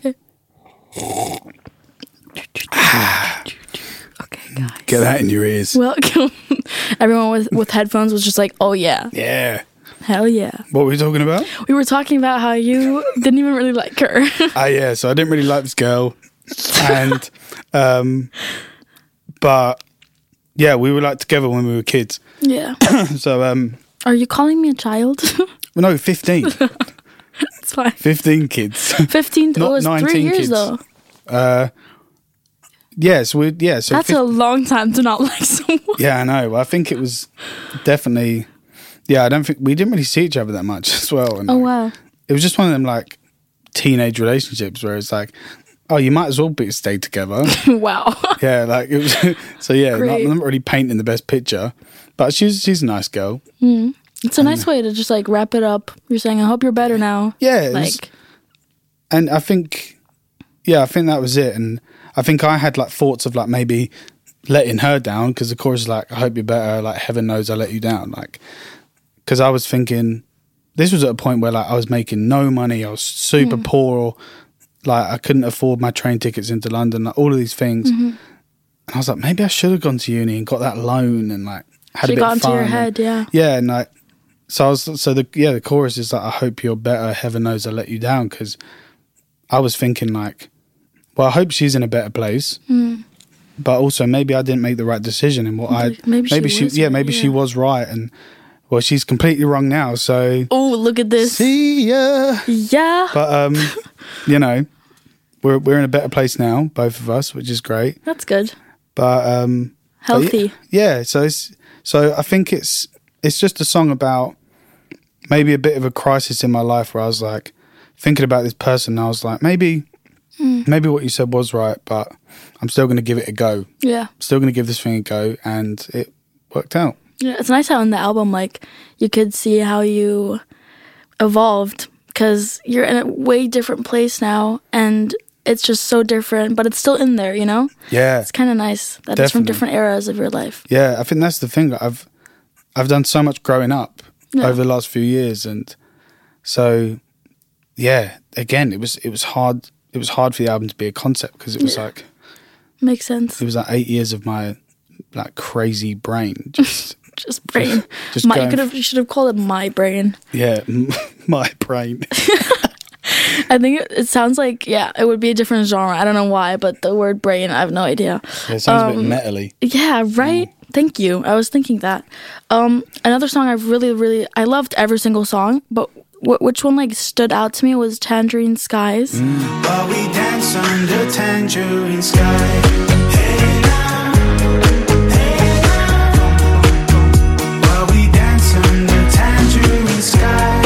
S2: Okay, guys.
S1: get that in your ears.
S2: Welcome. [laughs] Everyone with, with headphones was just like, oh yeah,
S1: yeah.
S2: hell yeah.
S1: What were we talking about?
S2: We were talking about how you didn't even really like her. [laughs]
S1: Ah, yeah. So I didn't really like this girl, and um,
S2: [coughs]
S1: but yeah, we were like together when we were kids.
S2: yeah.
S1: So um,
S2: Are you calling me a child? [laughs]
S1: Well, no, 15. [laughs]
S2: it's fine.
S1: 15 kids. [laughs]
S2: 15
S1: Not
S2: it was
S1: 19
S2: three years
S1: kids.
S2: though.
S1: Uh, yes, we yeah. So
S2: That's
S1: fif-
S2: a long time to not [laughs] like someone.
S1: yeah, I know. I think it was definitely. Yeah, I don't think we didn't really see each other that much [laughs] as well. And
S2: Oh
S1: like,
S2: wow.
S1: it was just one of them like teenage relationships where it's like, oh, you might as well be stay together.
S2: [laughs] wow.
S1: yeah, like it was. [laughs] so yeah, not,
S2: Great.
S1: not really painting the best picture, but she's she's a nice girl.
S2: It's a nice way to just like wrap it up. You're saying, I hope you're better now.
S1: Yeah, it was-
S2: Like,
S1: and I think, yeah, I think that was it. And I think I had like thoughts of like maybe letting her down because the chorus is like, "I hope you're better." Like heaven knows I let you down. Like because I was thinking this was at a point where like I was making no money. I was super
S2: Mm.
S1: poor. Like I couldn't afford my train tickets into London. Like all of these things.
S2: Mm-hmm.
S1: And I was like, maybe I should have gone to uni and got that loan and like had
S2: she
S1: a bit
S2: got
S1: of
S2: into
S1: fun.
S2: your
S1: and-
S2: head. Yeah.
S1: yeah, and like, so I was, so the, yeah, the chorus is like, I hope you're better. Heaven knows I let you down. Cause I was thinking, like, well, I hope she's in a better place. But also, maybe I didn't make the right decision in what I,
S2: Mm. Maybe she was
S1: yeah,
S2: right,
S1: maybe she
S2: yeah.
S1: was right. And well, she's completely wrong now. So
S2: Oh, look at this.
S1: see ya.
S2: Yeah.
S1: But, um,
S2: [laughs]
S1: you know, we're, we're in a better place now, both of us, which is great.
S2: That's good.
S1: But, um, but yeah-
S2: Healthy.
S1: Yeah, so it's so I think it's it's just a song about maybe a bit of a crisis in my life where I was like thinking about this person and I was like maybe maybe what you said was right, but I'm still going to give it a go.
S2: Yeah.
S1: Still going to give this thing a go and it worked out.
S2: Yeah. It's nice how in the album, like, you could see how you evolved because you're in a way different place now and it's just so different, but it's still in there, you know?
S1: Yeah.
S2: It's kind of nice that it's from
S1: Definitely.
S2: different eras of your life.
S1: Yeah, I think that's the thing. I've I've done so much growing up
S2: Yeah.
S1: over the last few years, and so yeah, again, it was it was hard. It was hard for the album to be a concept because it was like
S2: Makes sense.
S1: it was like eight years of my like crazy brain. [laughs] Just
S2: Just brain.
S1: just
S2: my, you
S1: going-
S2: could have, you should have called it my brain.
S1: yeah, m- my brain.
S2: I think it, it sounds like yeah, it would be a different genre. I don't know why, but the word brain, I have no idea.
S1: Yeah, it sounds a bit metally.
S2: Yeah, right.
S1: Mm.
S2: Thank you. I was thinking that. Um, another song I really, really, I loved every single song, but w- which one like stood out to me was Tangerine Skies.
S1: Mm.
S3: While we dance under tangerine sky. While we dance under tangerine sky.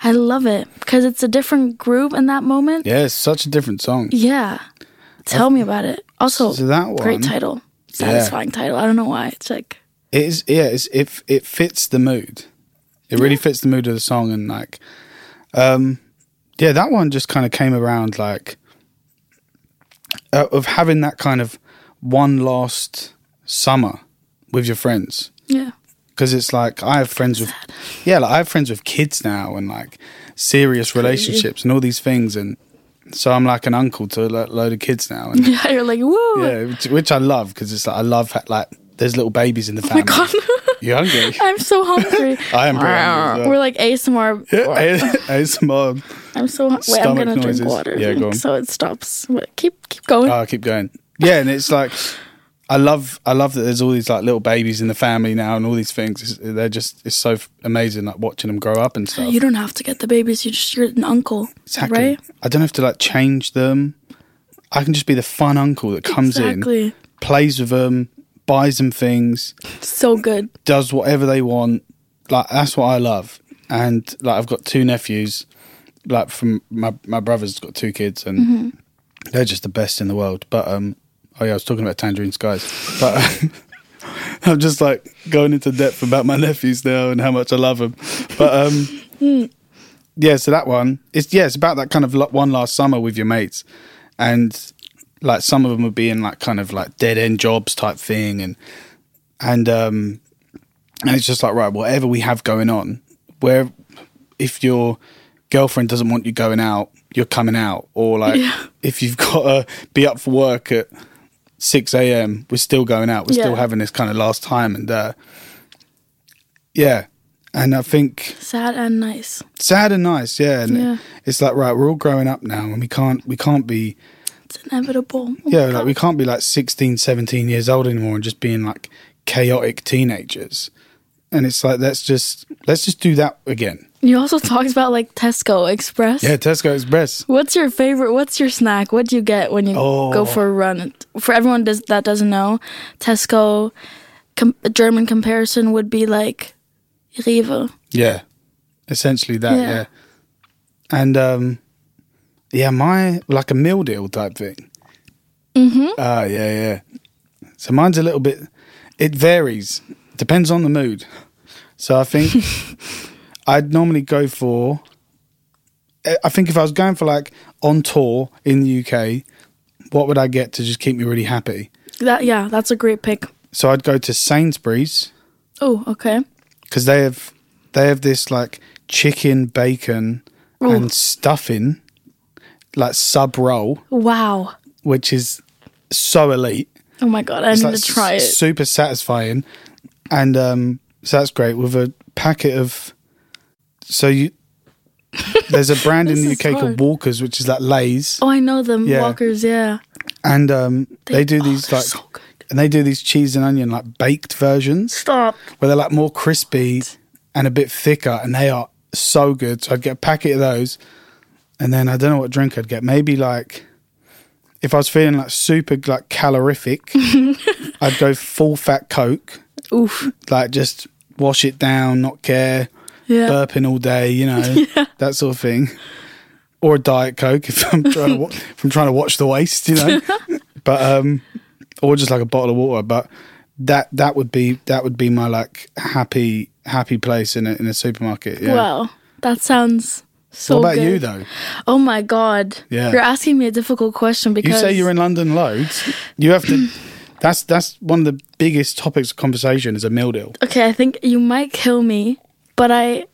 S2: I love it because it's a different groove in that moment.
S1: Yeah, it's such a different song.
S2: Yeah. Tell me about it. Also,
S1: So that one-
S2: great title, satisfying title. I don't know why. It's like
S1: It is. Yeah, it's, it it fits the mood. It really fits the mood of the song, and like, um, yeah, that one just kind of came around like uh, of having that kind of one last summer with your friends
S2: yeah, [laughs]
S1: because it's like I have friends with, yeah, like I have friends with kids now and like serious relationships and all these things, and so I'm like an uncle to a lo- load of kids now, and
S2: [laughs] yeah. You're like woo.
S1: yeah, which, which I love because it's like I love ha- like there's little babies in the
S2: Oh my
S1: family.
S2: god. [laughs]
S1: You hungry?
S2: I'm
S1: [laughs]
S2: so hungry.
S1: I am pretty hungry as well.
S2: We're like ASMR.
S1: [laughs] ASMR.
S2: I'm so hungry. Wait, I'm
S1: Stomach
S2: gonna
S1: noises.
S2: drink water.
S1: Yeah, go on.
S2: [laughs] So it stops. Wait, keep keep going.
S1: Oh, keep going. Yeah, and it's like I love I love that there's all these like little babies in the family now and all these things. It's, they're just it's so f- amazing like watching them grow up and stuff.
S2: you don't have to get the babies. You just you're an uncle,
S1: exactly.
S2: right?
S1: I don't have to like change them. I can just be the fun uncle that comes in,
S2: exactly.
S1: plays with them, buys them things,
S2: So good.
S1: does whatever they want. Like that's what I love. And like I've got two nephews. Like from my my brother's got two kids, and
S2: Mm-hmm.
S1: they're just the best in the world. But um, oh yeah, I was talking about Tangerine Skies. But [laughs] um, I'm just like going into depth about my [laughs] nephews now and how much I love them. But um, yeah, so that one, it's yeah, it's about that kind of lo- one last summer with your mates, and like some of them would be in like kind of like dead end jobs type thing, and and um, and it's just like right, whatever we have going on, where if your girlfriend doesn't want you going out, you're coming out, or like
S2: Yeah.
S1: if you've got to be up for work at six a.m., we're still going out, we're still
S2: Yeah.
S1: having this kind of last time, and uh, yeah, and I think
S2: Sad and nice.
S1: sad and nice, yeah, and
S2: Yeah.
S1: it's like right, we're all growing up now, and we can't we can't be
S2: It's inevitable. Oh my
S1: yeah, like we
S2: God.
S1: can't be like 16, 17 years old anymore and just being like chaotic teenagers. And it's like let's just let's just do that again.
S2: You also talked about like Tesco Express.
S1: Yeah, Tesco Express.
S2: What's your favorite? What's your snack? What do you get when you
S1: Oh.
S2: go for a run? For everyone does, that doesn't know, Tesco com- a German comparison would be like Rewe.
S1: Yeah. Essentially that, yeah.
S2: Yeah.
S1: And um yeah, my like a meal deal type thing. Mm-hmm. Ah, yeah, yeah. So mine's a little bit it varies. Depends on the mood. So I think I'd normally go for I I think if I was going for like on tour in the UK, what would I get to just keep me really happy?
S2: That yeah, that's a great pick.
S1: So I'd go to Sainsbury's
S2: Oh, okay.
S1: because they have they have this like chicken bacon and stuffing like sub roll
S2: Wow.
S1: which is so elite
S2: Oh my god, I
S1: it's
S2: need
S1: like
S2: to try it.
S1: s- super satisfying and um so that's great with a packet of so
S2: [laughs]
S1: you there's a brand in the
S2: This
S1: UK
S2: is
S1: called
S2: hard.
S1: Walkers which is like Lay's
S2: oh, I know them
S1: Yeah.
S2: walkers. Yeah,
S1: and um they, do
S2: oh,
S1: these
S2: they're
S1: like
S2: so good.
S1: and they do these cheese and onion like baked versions
S2: Stop.
S1: where they're like more crispy and a bit thicker, and they are so good. So I'd get a packet of those, and then I don't know what drink I'd get. Maybe like if I was feeling like super like
S2: [laughs]
S1: calorific, I'd go full fat Coke,
S2: Oof.
S1: like just wash it down, not care,
S2: Yeah.
S1: burping all day, you know,
S2: [laughs]
S1: that sort of thing. Or a diet coke if I'm trying to
S2: [laughs]
S1: wa- if I'm trying to watch the waste, you know. but um, or just like a bottle of water. But that that would be that would be my like happy happy place in a in a supermarket. Yeah.
S2: Wow. That sounds so.
S1: what about
S2: good.
S1: you though?
S2: Oh my god.
S1: Yeah.
S2: You're asking me a difficult question
S1: You
S2: because
S1: say you're in London loads. You have
S2: [clears throat]
S1: to. that's that's one of the biggest topics of conversation is a meal
S2: [laughs]
S1: deal.
S2: Okay, I think you might kill me, but I.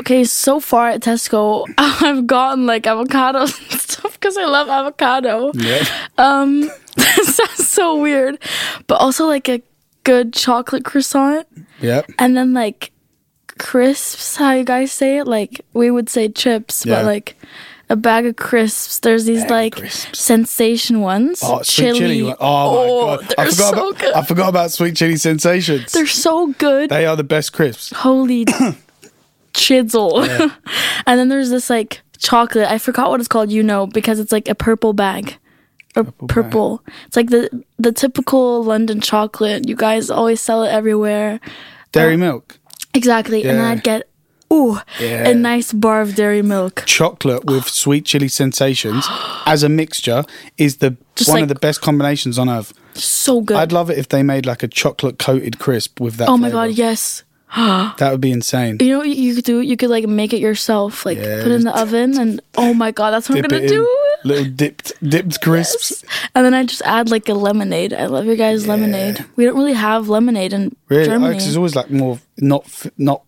S2: Okay, so far at Tesco, [laughs] I've gotten like avocados and stuff because I love avocado.
S1: Yeah.
S2: Um, [laughs] that sounds so weird, but also like a good chocolate croissant
S1: Yep.
S2: and then like crisps. How you guys say it? Like we would say chips,
S1: Yeah.
S2: but like a bag of crisps. There's these
S1: of
S2: like
S1: crisps.
S2: sensation ones.
S1: Oh, sweet chili. one. Oh, my god!
S2: They're
S1: I forgot
S2: so
S1: about
S2: good.
S1: I forgot about sweet chili sensations.
S2: they're so good.
S1: They are the best crisps. [coughs]
S2: holy chisel. [laughs] and then there's this like chocolate. I forgot what it's called, you know, because it's like a purple bag. Or purple.
S1: bag.
S2: It's like the the typical London chocolate. You guys always sell it everywhere. Oh.
S1: Dairy milk.
S2: Exactly. And then
S1: Yeah.
S2: I'd get ooh
S1: Yeah.
S2: a nice bar of dairy milk.
S1: Chocolate with sweet chili
S2: [gasps]
S1: sensations as a mixture is the
S2: Just
S1: one
S2: like-
S1: of the best combinations on earth.
S2: So good.
S1: I'd love it if they made like a chocolate coated crisp with that.
S2: oh my
S1: flavour.
S2: god, yes.
S1: that would be insane.
S2: You know what you could do? You could like make it yourself. Like
S1: Yeah,
S2: put it in
S1: just
S2: the oven and oh my god, that's what I'm
S1: Dip
S2: gonna
S1: it in
S2: do.
S1: little dipped dipped crisps.
S2: [laughs] And then I just add like a lemonade. I love your guys' lemonade. We don't really have lemonade in
S1: Really,
S2: Germany.
S1: because it's always like more not f- not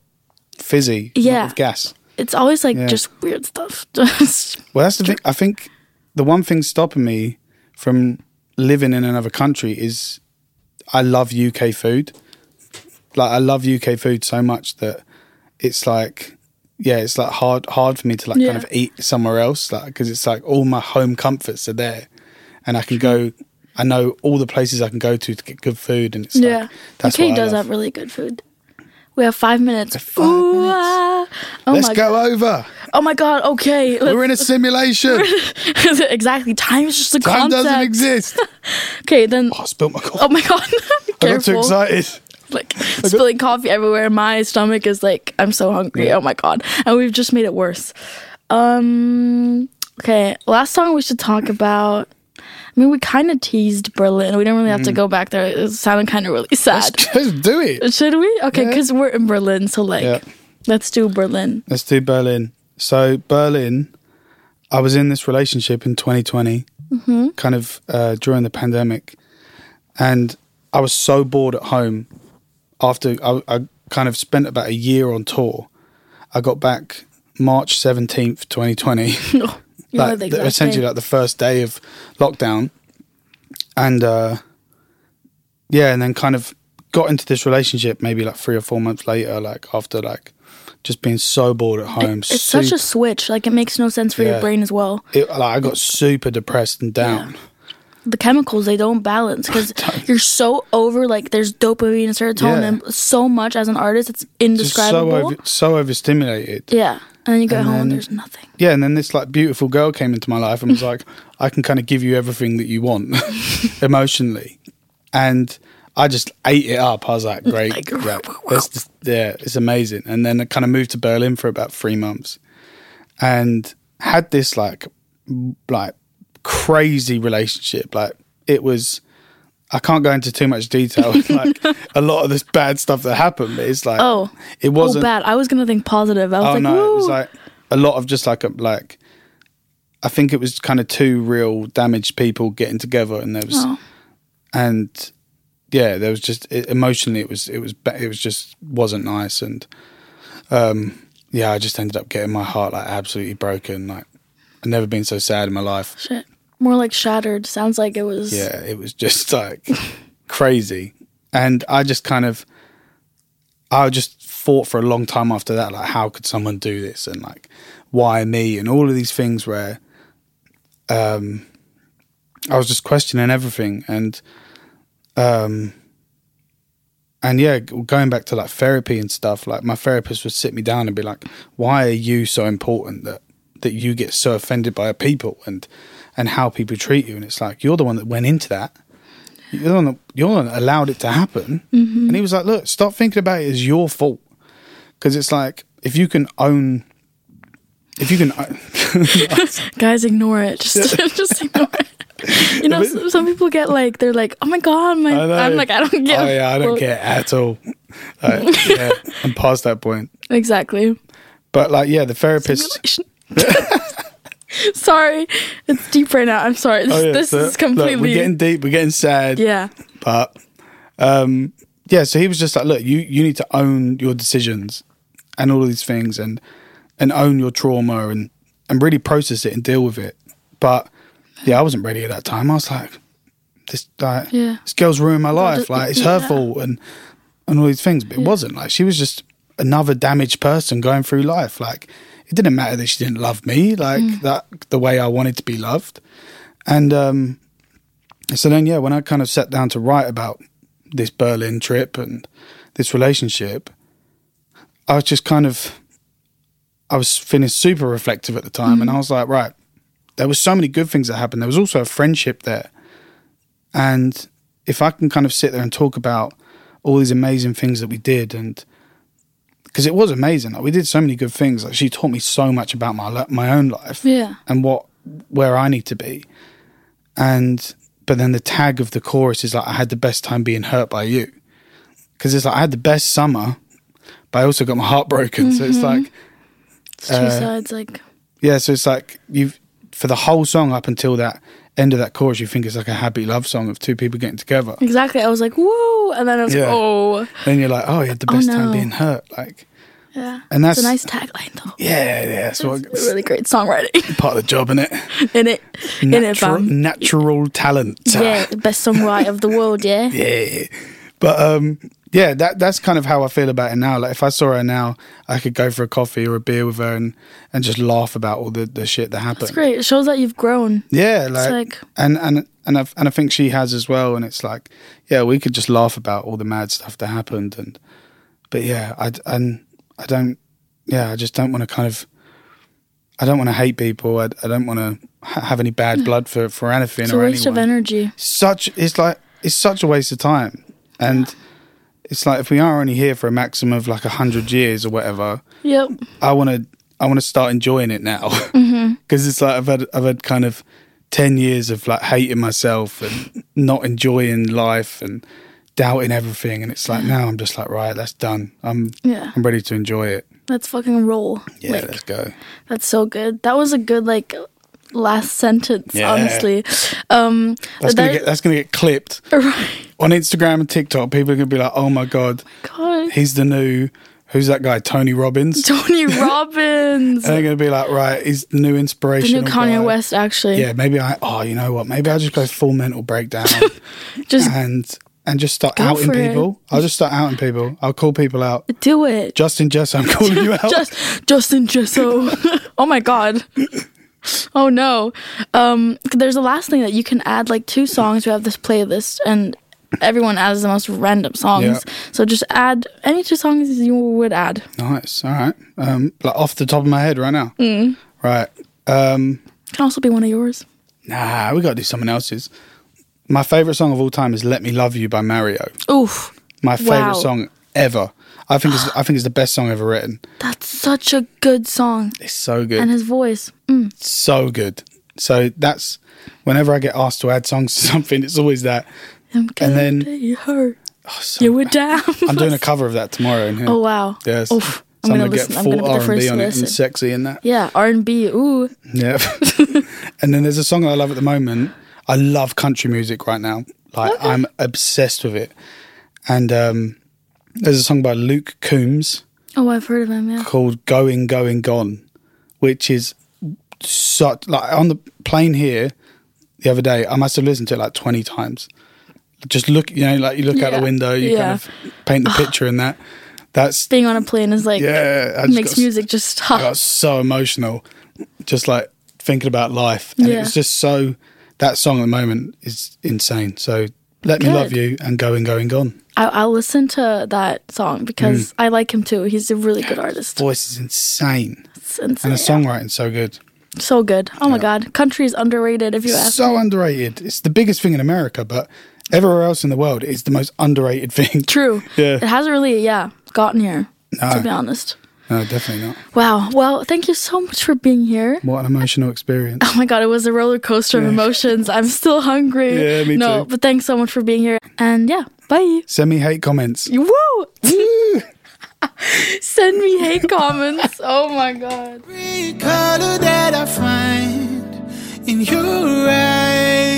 S1: fizzy. not
S2: Yeah.
S1: with gas.
S2: It's always like
S1: Yeah.
S2: just weird stuff. [laughs] Just
S1: Well, that's the thing. I think the one thing stopping me from living in another country is I love UK food. Like I love UK food so much that it's like, yeah, it's like hard hard for me to like
S2: Yeah.
S1: kind of eat somewhere else, like because it's like all my home comforts are there, and I can go.
S2: Hmm.
S1: I know all the places I can go to to get good food, and it's
S2: yeah.
S1: like that's
S2: UK
S1: what I love.
S2: does have really good food. We have five minutes.
S1: five
S2: Ooh,
S1: minutes.
S2: ah. Oh
S1: Let's
S2: my
S1: go
S2: [laughs]
S1: over.
S2: Oh my god, okay.
S1: We're in a simulation.
S2: Let's- [laughs] exactly. Time is just a
S1: Time
S2: concept.
S1: doesn't exist.
S2: Okay, then
S1: Oh, I spilled my coffee.
S2: Oh my [laughs] god.
S1: I got too
S2: Careful.
S1: excited.
S2: Like spilling coffee everywhere. My stomach is like I'm so hungry. Oh my god. And we've just made it worse. Um okay, last song we should talk about I mean, we kind of teased Berlin. We don't really have
S1: Mm.
S2: to go back there. It sounded kind of really
S1: [laughs]
S2: sad.
S1: Let's do it.
S2: Should we? Okay,
S1: Yeah.
S2: because we're in Berlin, so like,
S1: Yeah.
S2: let's do Berlin. [laughs]
S1: Let's do Berlin. So Berlin, I was in this relationship in 2020, kind of uh, during the pandemic, and I was so bored at home. After I, I kind of spent about a year on tour, I got back March 17th, [laughs] 2020
S2: No, you know
S1: like
S2: the
S1: the-
S2: exact
S1: essentially
S2: thing.
S1: like the first day of lockdown and uh yeah and then kind of got into this relationship maybe like three or four months later like after like just being so bored at home
S2: It's such a switch. Like, it makes no sense for
S1: Yeah.
S2: your brain as well.
S1: it, like, i got super depressed and down
S2: the chemicals they don't balance
S1: [laughs]
S2: because you're so over like there's dopamine and serotonin so much as an artist it's
S1: Just so
S2: indescribable.
S1: over, so overstimulated.
S2: yeah, and then you go
S1: And
S2: home and
S1: then-
S2: there's nothing.
S1: yeah, and then this like beautiful girl came into my life and was like, I can kind of give you everything that you want [laughs] emotionally. And I just ate it up. I was
S2: [laughs]
S1: like, great.
S2: Like,
S1: yeah, that's just- yeah, it's amazing. And then I kind of moved to Berlin for about three months and had this like, m- like crazy relationship. Like it was, I can't go into too much detail. [laughs] with, like a lot of this bad stuff that happened, but it's like,
S2: Oh.
S1: it
S2: Oh,
S1: wasn't
S2: bad. I was gonna think positive. I was
S1: oh
S2: like,
S1: no, it was
S2: "Woo."
S1: like a lot of just like a, like I think it was kind of two real damaged people getting together, and there was
S2: Oh.
S1: and yeah, there was just it, emotionally it was it was ba- it was just wasn't nice, and um yeah, I just ended up getting my heart like absolutely broken. Like I've never been so sad in my life.
S2: Shit. More like shattered. Sounds like it was.
S1: Yeah, it was just like crazy. And I just kind of, I just thought for a long time after that, like, how could someone do this? And like, why me? And all of these things where um, I was just questioning everything. And, um, and yeah, g- going back to like therapy and stuff, like my therapist would sit me down and be like, "Why are you so important that that you get so offended by people and and how people treat you?" And it's like you're the one that went into that. You're the one that, you're the one that allowed it to happen. And he was like, "Look, stop thinking about it as your fault, because it's like if you can own, if you can." uh, [laughs] Own,
S2: Guys, ignore it. Just, [laughs] just ignore
S1: [laughs]
S2: it. You know,
S1: But-
S2: some, some people get like they're like, "Oh my god, my."
S1: I know.
S2: I'm like, I don't get.
S1: Oh yeah, I don't
S2: well,
S1: care at all. Like, yeah, I'm past that point.
S2: Exactly.
S1: But like, yeah, the therapist.
S2: Relation- [laughs] sorry, it's deep right now. I'm sorry. This,
S1: Oh, yeah,
S2: this
S1: so,
S2: is
S1: look, we're
S2: completely.
S1: getting deep. We're getting sad.
S2: yeah.
S1: But um, yeah, so he was just like, look, you you need to own your decisions and all of these things, and and own your trauma and and really process it and deal with it. But yeah, I wasn't ready at that time. I was like, this like,
S2: Yeah.
S1: this girl's ruined my life.
S2: just-
S1: like it's her
S2: yeah.
S1: fault and and all these things. But it wasn't like she was just another damaged person going through life. Like it didn't matter that she didn't love me like that the way I wanted to be loved. And um, so then, yeah, when I kind of sat down to write about this Berlin trip and this relationship, I was just kind of, I was feeling super reflective at the time. And I was like, right, there were so many good things that happened. There was also a friendship there. And if I can kind of sit there and talk about all these amazing things that we did and because it was amazing. Like we did so many good things. Like she taught me so much about my li- my own life
S2: Yeah.
S1: and what where I need to be. And but then the tag of the chorus is like I had the best time being hurt by you. Cuz it's like I had the best summer, but I also got my heart broken. So it's
S2: Mm-hmm.
S1: like
S2: It's two
S1: Uh,
S2: sides. Like,
S1: yeah, so it's like you've for the whole song up until that end of that chorus you think it's like a happy love song of two people getting together.
S2: exactly. I was like, woo. And then I was like,
S1: Yeah.
S2: oh.
S1: Then you're like, "Oh, you had the
S2: Oh,
S1: best time
S2: no.
S1: being hurt." Like
S2: Yeah.
S1: and that's
S2: It's a nice tagline, though.
S1: Yeah, yeah, that's what
S2: It's really great songwriting [laughs]
S1: part of the job, innit?
S2: in it. in it,
S1: Natural,
S2: fam.
S1: natural talent.
S2: Yeah, best songwriter of the world. Yeah.
S1: yeah. But um, yeah, that that's kind of how I feel about it now. Like if I saw her now, I could go for a coffee or a beer with her and and just laugh about all the, the shit that happened.
S2: It's great. It shows that you've grown.
S1: Yeah, like,
S2: like-
S1: and and and I and I think she has as well. And it's like, yeah, we could just laugh about all the mad stuff that happened. And but yeah, I d- and I don't. Yeah, I just don't want to kind of. I don't want to hate people. I, I don't want to ha- have any bad blood for for anything
S2: It's a
S1: or
S2: waste
S1: anyone
S2: of energy.
S1: such it's like it's such a waste of time and it's like if we are only here for a maximum of like 100 years or whatever
S2: Yep.
S1: i want to i want to start enjoying it now [laughs] because it's like i've had i've had kind of 10 years of like hating myself and not enjoying life and doubting everything and it's like now i'm just like right that's done i'm
S2: Yeah.
S1: i'm ready to enjoy it
S2: Let's fucking roll.
S1: yeah
S2: Like,
S1: let's go
S2: That's so good. That was a good like last sentence,
S1: Yeah.
S2: honestly. Um
S1: that's gonna
S2: there-
S1: get that's gonna get clipped
S2: [laughs] right.
S1: on instagram and tiktok people are gonna be like oh my god
S2: God.
S1: he's the new who's that guy tony robbins [laughs]
S2: Tony Robbins.
S1: And they're going to be like, right, he's the new
S2: the
S1: inspiration.
S2: new Kanye West actually.
S1: Yeah, maybe I. Oh, you know what? Maybe I'll just go full mental
S2: [laughs]
S1: breakdown
S2: Just
S1: and and just start
S2: Go
S1: outing
S2: for it.
S1: people. I'll just start outing people. I'll call people
S2: [laughs]
S1: out.
S2: do it. [laughs]
S1: Justin Jess, I'm calling you out.
S2: Just Justin Gesso. oh my god. Oh no. Um, there's the last thing that you can add like two songs. We have this playlist, and everyone adds the most random songs.
S1: Yeah.
S2: So just add any two songs you would add.
S1: Nice. All right. Um, like off the top of my head right now.
S2: Mm.
S1: Right. Um,
S2: Can also be one of yours.
S1: nah, we got to do someone else's. My favorite song of all time is "Let Me Love You" by Mario.
S2: Oof,
S1: My favorite
S2: Wow.
S1: song ever. I think
S2: [gasps]
S1: it's, I think it's the best song ever written.
S2: that's such a good song.
S1: It's so good.
S2: And his voice. Mm.
S1: so good. So that's whenever I get asked to add songs to [laughs] something, it's always that.
S2: I'm gonna
S1: then-
S2: be hurt.
S1: Oh, so
S2: You were
S1: bad.
S2: down.
S1: I'm doing a cover of that tomorrow in here.
S2: [laughs] Oh wow.
S1: Yes.
S2: Oof. I'm
S1: So I'm
S2: gonna
S1: gonna get
S2: listen. I'm
S1: full
S2: gonna be the
S1: R&B
S2: first to
S1: on it
S2: listen.
S1: and sexy in that.
S2: Yeah, R and B. Ooh.
S1: Yeah.
S2: [laughs]
S1: and then there's a song I love at the moment. I love country music right now. Like I'm obsessed with it. And um, there's a song by Luke Coombs
S2: Oh, I've heard of him. Yeah.
S1: called "Going, Going, Gone," which is such like on the plane here the other day. I must have listened to it like twenty times. Just look, you know, like you look out
S2: Yeah.
S1: the window, you
S2: Yeah.
S1: kind of
S2: [sighs]
S1: paint the picture, and that that's
S2: Being on a plane is like
S1: yeah. I just
S2: makes
S1: got-
S2: music just
S1: I got
S2: stop.
S1: so emotional, just like thinking about life, and it
S2: Yeah.
S1: was just so. That song at the moment is insane. So let me
S2: Good.
S1: love you and going, going, gone.
S2: I, I'll listen to that song
S1: Mm.
S2: because I like him too. He's a really good artist.
S1: Voice is insane,
S2: It's insane.
S1: and the songwriting's so good.
S2: so good. Oh my god, country is underrated. If you ask,
S1: so underrated. It's the biggest thing in America, but everywhere else in the world, it's the most underrated thing. [laughs]
S2: true.
S1: Yeah.
S2: It hasn't really yeah gotten here. To be honest.
S1: No, definitely not.
S2: Wow. Well, thank you so much for being here. [laughs]
S1: What an emotional experience.
S2: Oh my god, it was a roller coaster of emotions. I'm still hungry.
S1: [laughs] Yeah, me
S2: no,
S1: too.
S2: but thanks so much for being here. And yeah, bye.
S1: Send me hate
S2: [laughs]
S1: comments.
S2: Woo! Send me hate comments. Oh my god.
S3: Every color that I find in your eyes.